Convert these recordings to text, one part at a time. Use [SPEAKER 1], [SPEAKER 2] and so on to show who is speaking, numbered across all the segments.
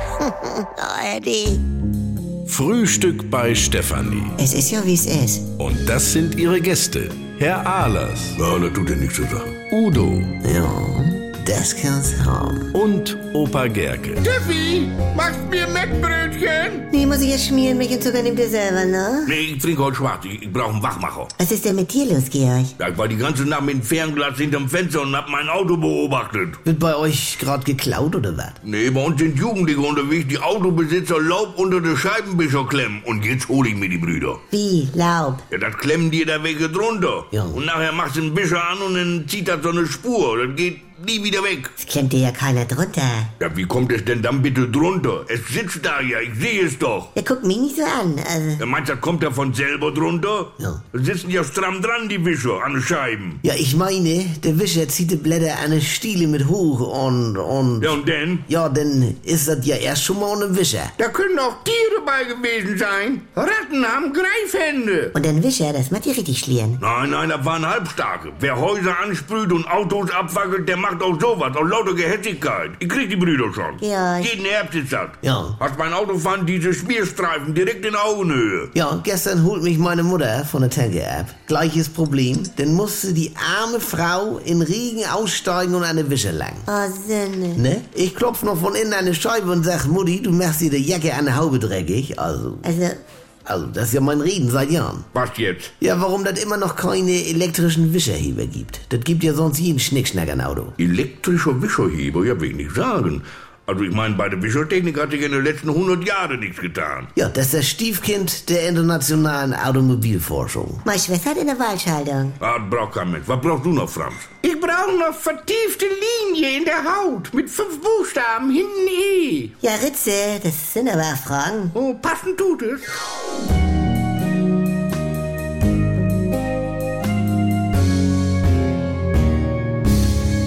[SPEAKER 1] Oh, Eddie.
[SPEAKER 2] Frühstück bei Stefanie.
[SPEAKER 1] Es ist ja, wie es ist.
[SPEAKER 2] Und das sind ihre Gäste. Herr Ahlers. Ja, das tut ja nichts zu sagen. Udo
[SPEAKER 1] Ja, das kann's haben.
[SPEAKER 2] und Opa Gerke.
[SPEAKER 3] Steffi, machst mir Mettbrötchen?
[SPEAKER 1] Nee, muss ich jetzt schmieren, mich und Zucker nimmt ihr selber, ne?
[SPEAKER 3] Nee, ich trinke heute schwarz. Ich, ich brauche einen Wachmacher.
[SPEAKER 1] Was ist denn mit dir los, Georg?
[SPEAKER 3] Ja, Ich war die ganze Nacht mit dem Fernglas hinterm Fenster und hab mein Auto beobachtet.
[SPEAKER 4] Wird bei euch gerade geklaut oder was?
[SPEAKER 3] Nee, bei uns sind Jugendliche unterwegs, die Autobesitzer Laub unter die Scheibenwischer klemmen. Und jetzt hol ich mir die Brüder.
[SPEAKER 1] Wie, Laub?
[SPEAKER 3] Ja, das klemmen die da weg drunter.
[SPEAKER 4] Ja.
[SPEAKER 3] Und nachher machst du den Wischer an und dann zieht das so eine Spur. Das geht nie wieder weg.
[SPEAKER 1] Es klemmt dir ja keiner drunter.
[SPEAKER 3] Ja, wie kommt es denn dann bitte drunter? Es sitzt da ja, ich sehe es doch.
[SPEAKER 1] Ja, guck mich nicht so an. Also,
[SPEAKER 3] Ja, Äh, meinst du, das kommt ja von selber drunter?
[SPEAKER 4] Ja.
[SPEAKER 3] Da sitzen ja stramm dran, die Wischer, an den Scheiben.
[SPEAKER 4] Ja, ich meine, der Wischer zieht die Blätter an die Stiele mit hoch und, und...
[SPEAKER 3] Ja, und dann?
[SPEAKER 4] Ja, dann ist das ja erst schon mal ein Wischer.
[SPEAKER 3] Da können auch Tiere bei gewesen sein. Ratten haben Greifhände.
[SPEAKER 1] und den Wischer, das macht dir richtig schlieren.
[SPEAKER 3] Nein, nein, das waren Halbstarke. Wer Häuser ansprüht und Autos abfackelt, der macht auch sowas, auch lauter Gehässigkeit. Ich krieg die Brüder schon.
[SPEAKER 1] Ja.
[SPEAKER 3] Jeden Herbst ist das.
[SPEAKER 4] Ja.
[SPEAKER 3] Hat mein Autofahren diese Schmierstreifen direkt in Augenhöhe.
[SPEAKER 4] Ja, gestern holt mich meine Mutter von der Tanke ab. Gleiches Problem. Dann musste die arme Frau in Regen aussteigen und eine Wische lang.
[SPEAKER 1] Oh, Sünde.
[SPEAKER 4] Ne? Ich klopf noch von innen an die Scheibe und sag, Mutti, du machst dir die Jacke an der Haube dreckig. Also,
[SPEAKER 1] Also,
[SPEAKER 4] also, das ist ja mein Reden seit Jahren.
[SPEAKER 3] Was jetzt?
[SPEAKER 4] Ja, warum das immer noch keine elektrischen Wischerheber gibt? Das gibt ja sonst jeden Schnickschnack an Auto.
[SPEAKER 3] Elektrischer Wischerheber, ja, will ich nicht sagen. Also ich meine, bei der Wischertechnik hat sich in den letzten 100 Jahren nichts getan.
[SPEAKER 4] Ja, das ist das Stiefkind der internationalen Automobilforschung.
[SPEAKER 1] meine Schwester hat in der Wahlschaltung.
[SPEAKER 3] Ah, braucht kein Mensch. Was brauchst du noch, Franz? Ich brauche noch vertiefte Linie in der Haut mit fünf Buchstaben hinten E.
[SPEAKER 1] Ja, Ritze, das sind aber Fragen.
[SPEAKER 3] Oh, passend tut es.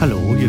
[SPEAKER 5] Hallo, hier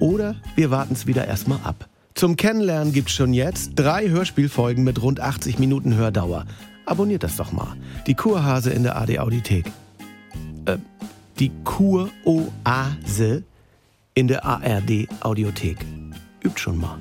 [SPEAKER 5] Oder wir warten es wieder erstmal ab. Zum Kennenlernen gibt's schon jetzt drei Hörspielfolgen mit rund 80 Minuten Hördauer. Abonniert das doch mal. Die Kurhase in der AD Audiothek. Äh, die Kuroase in der ARD Audiothek. Übt schon mal.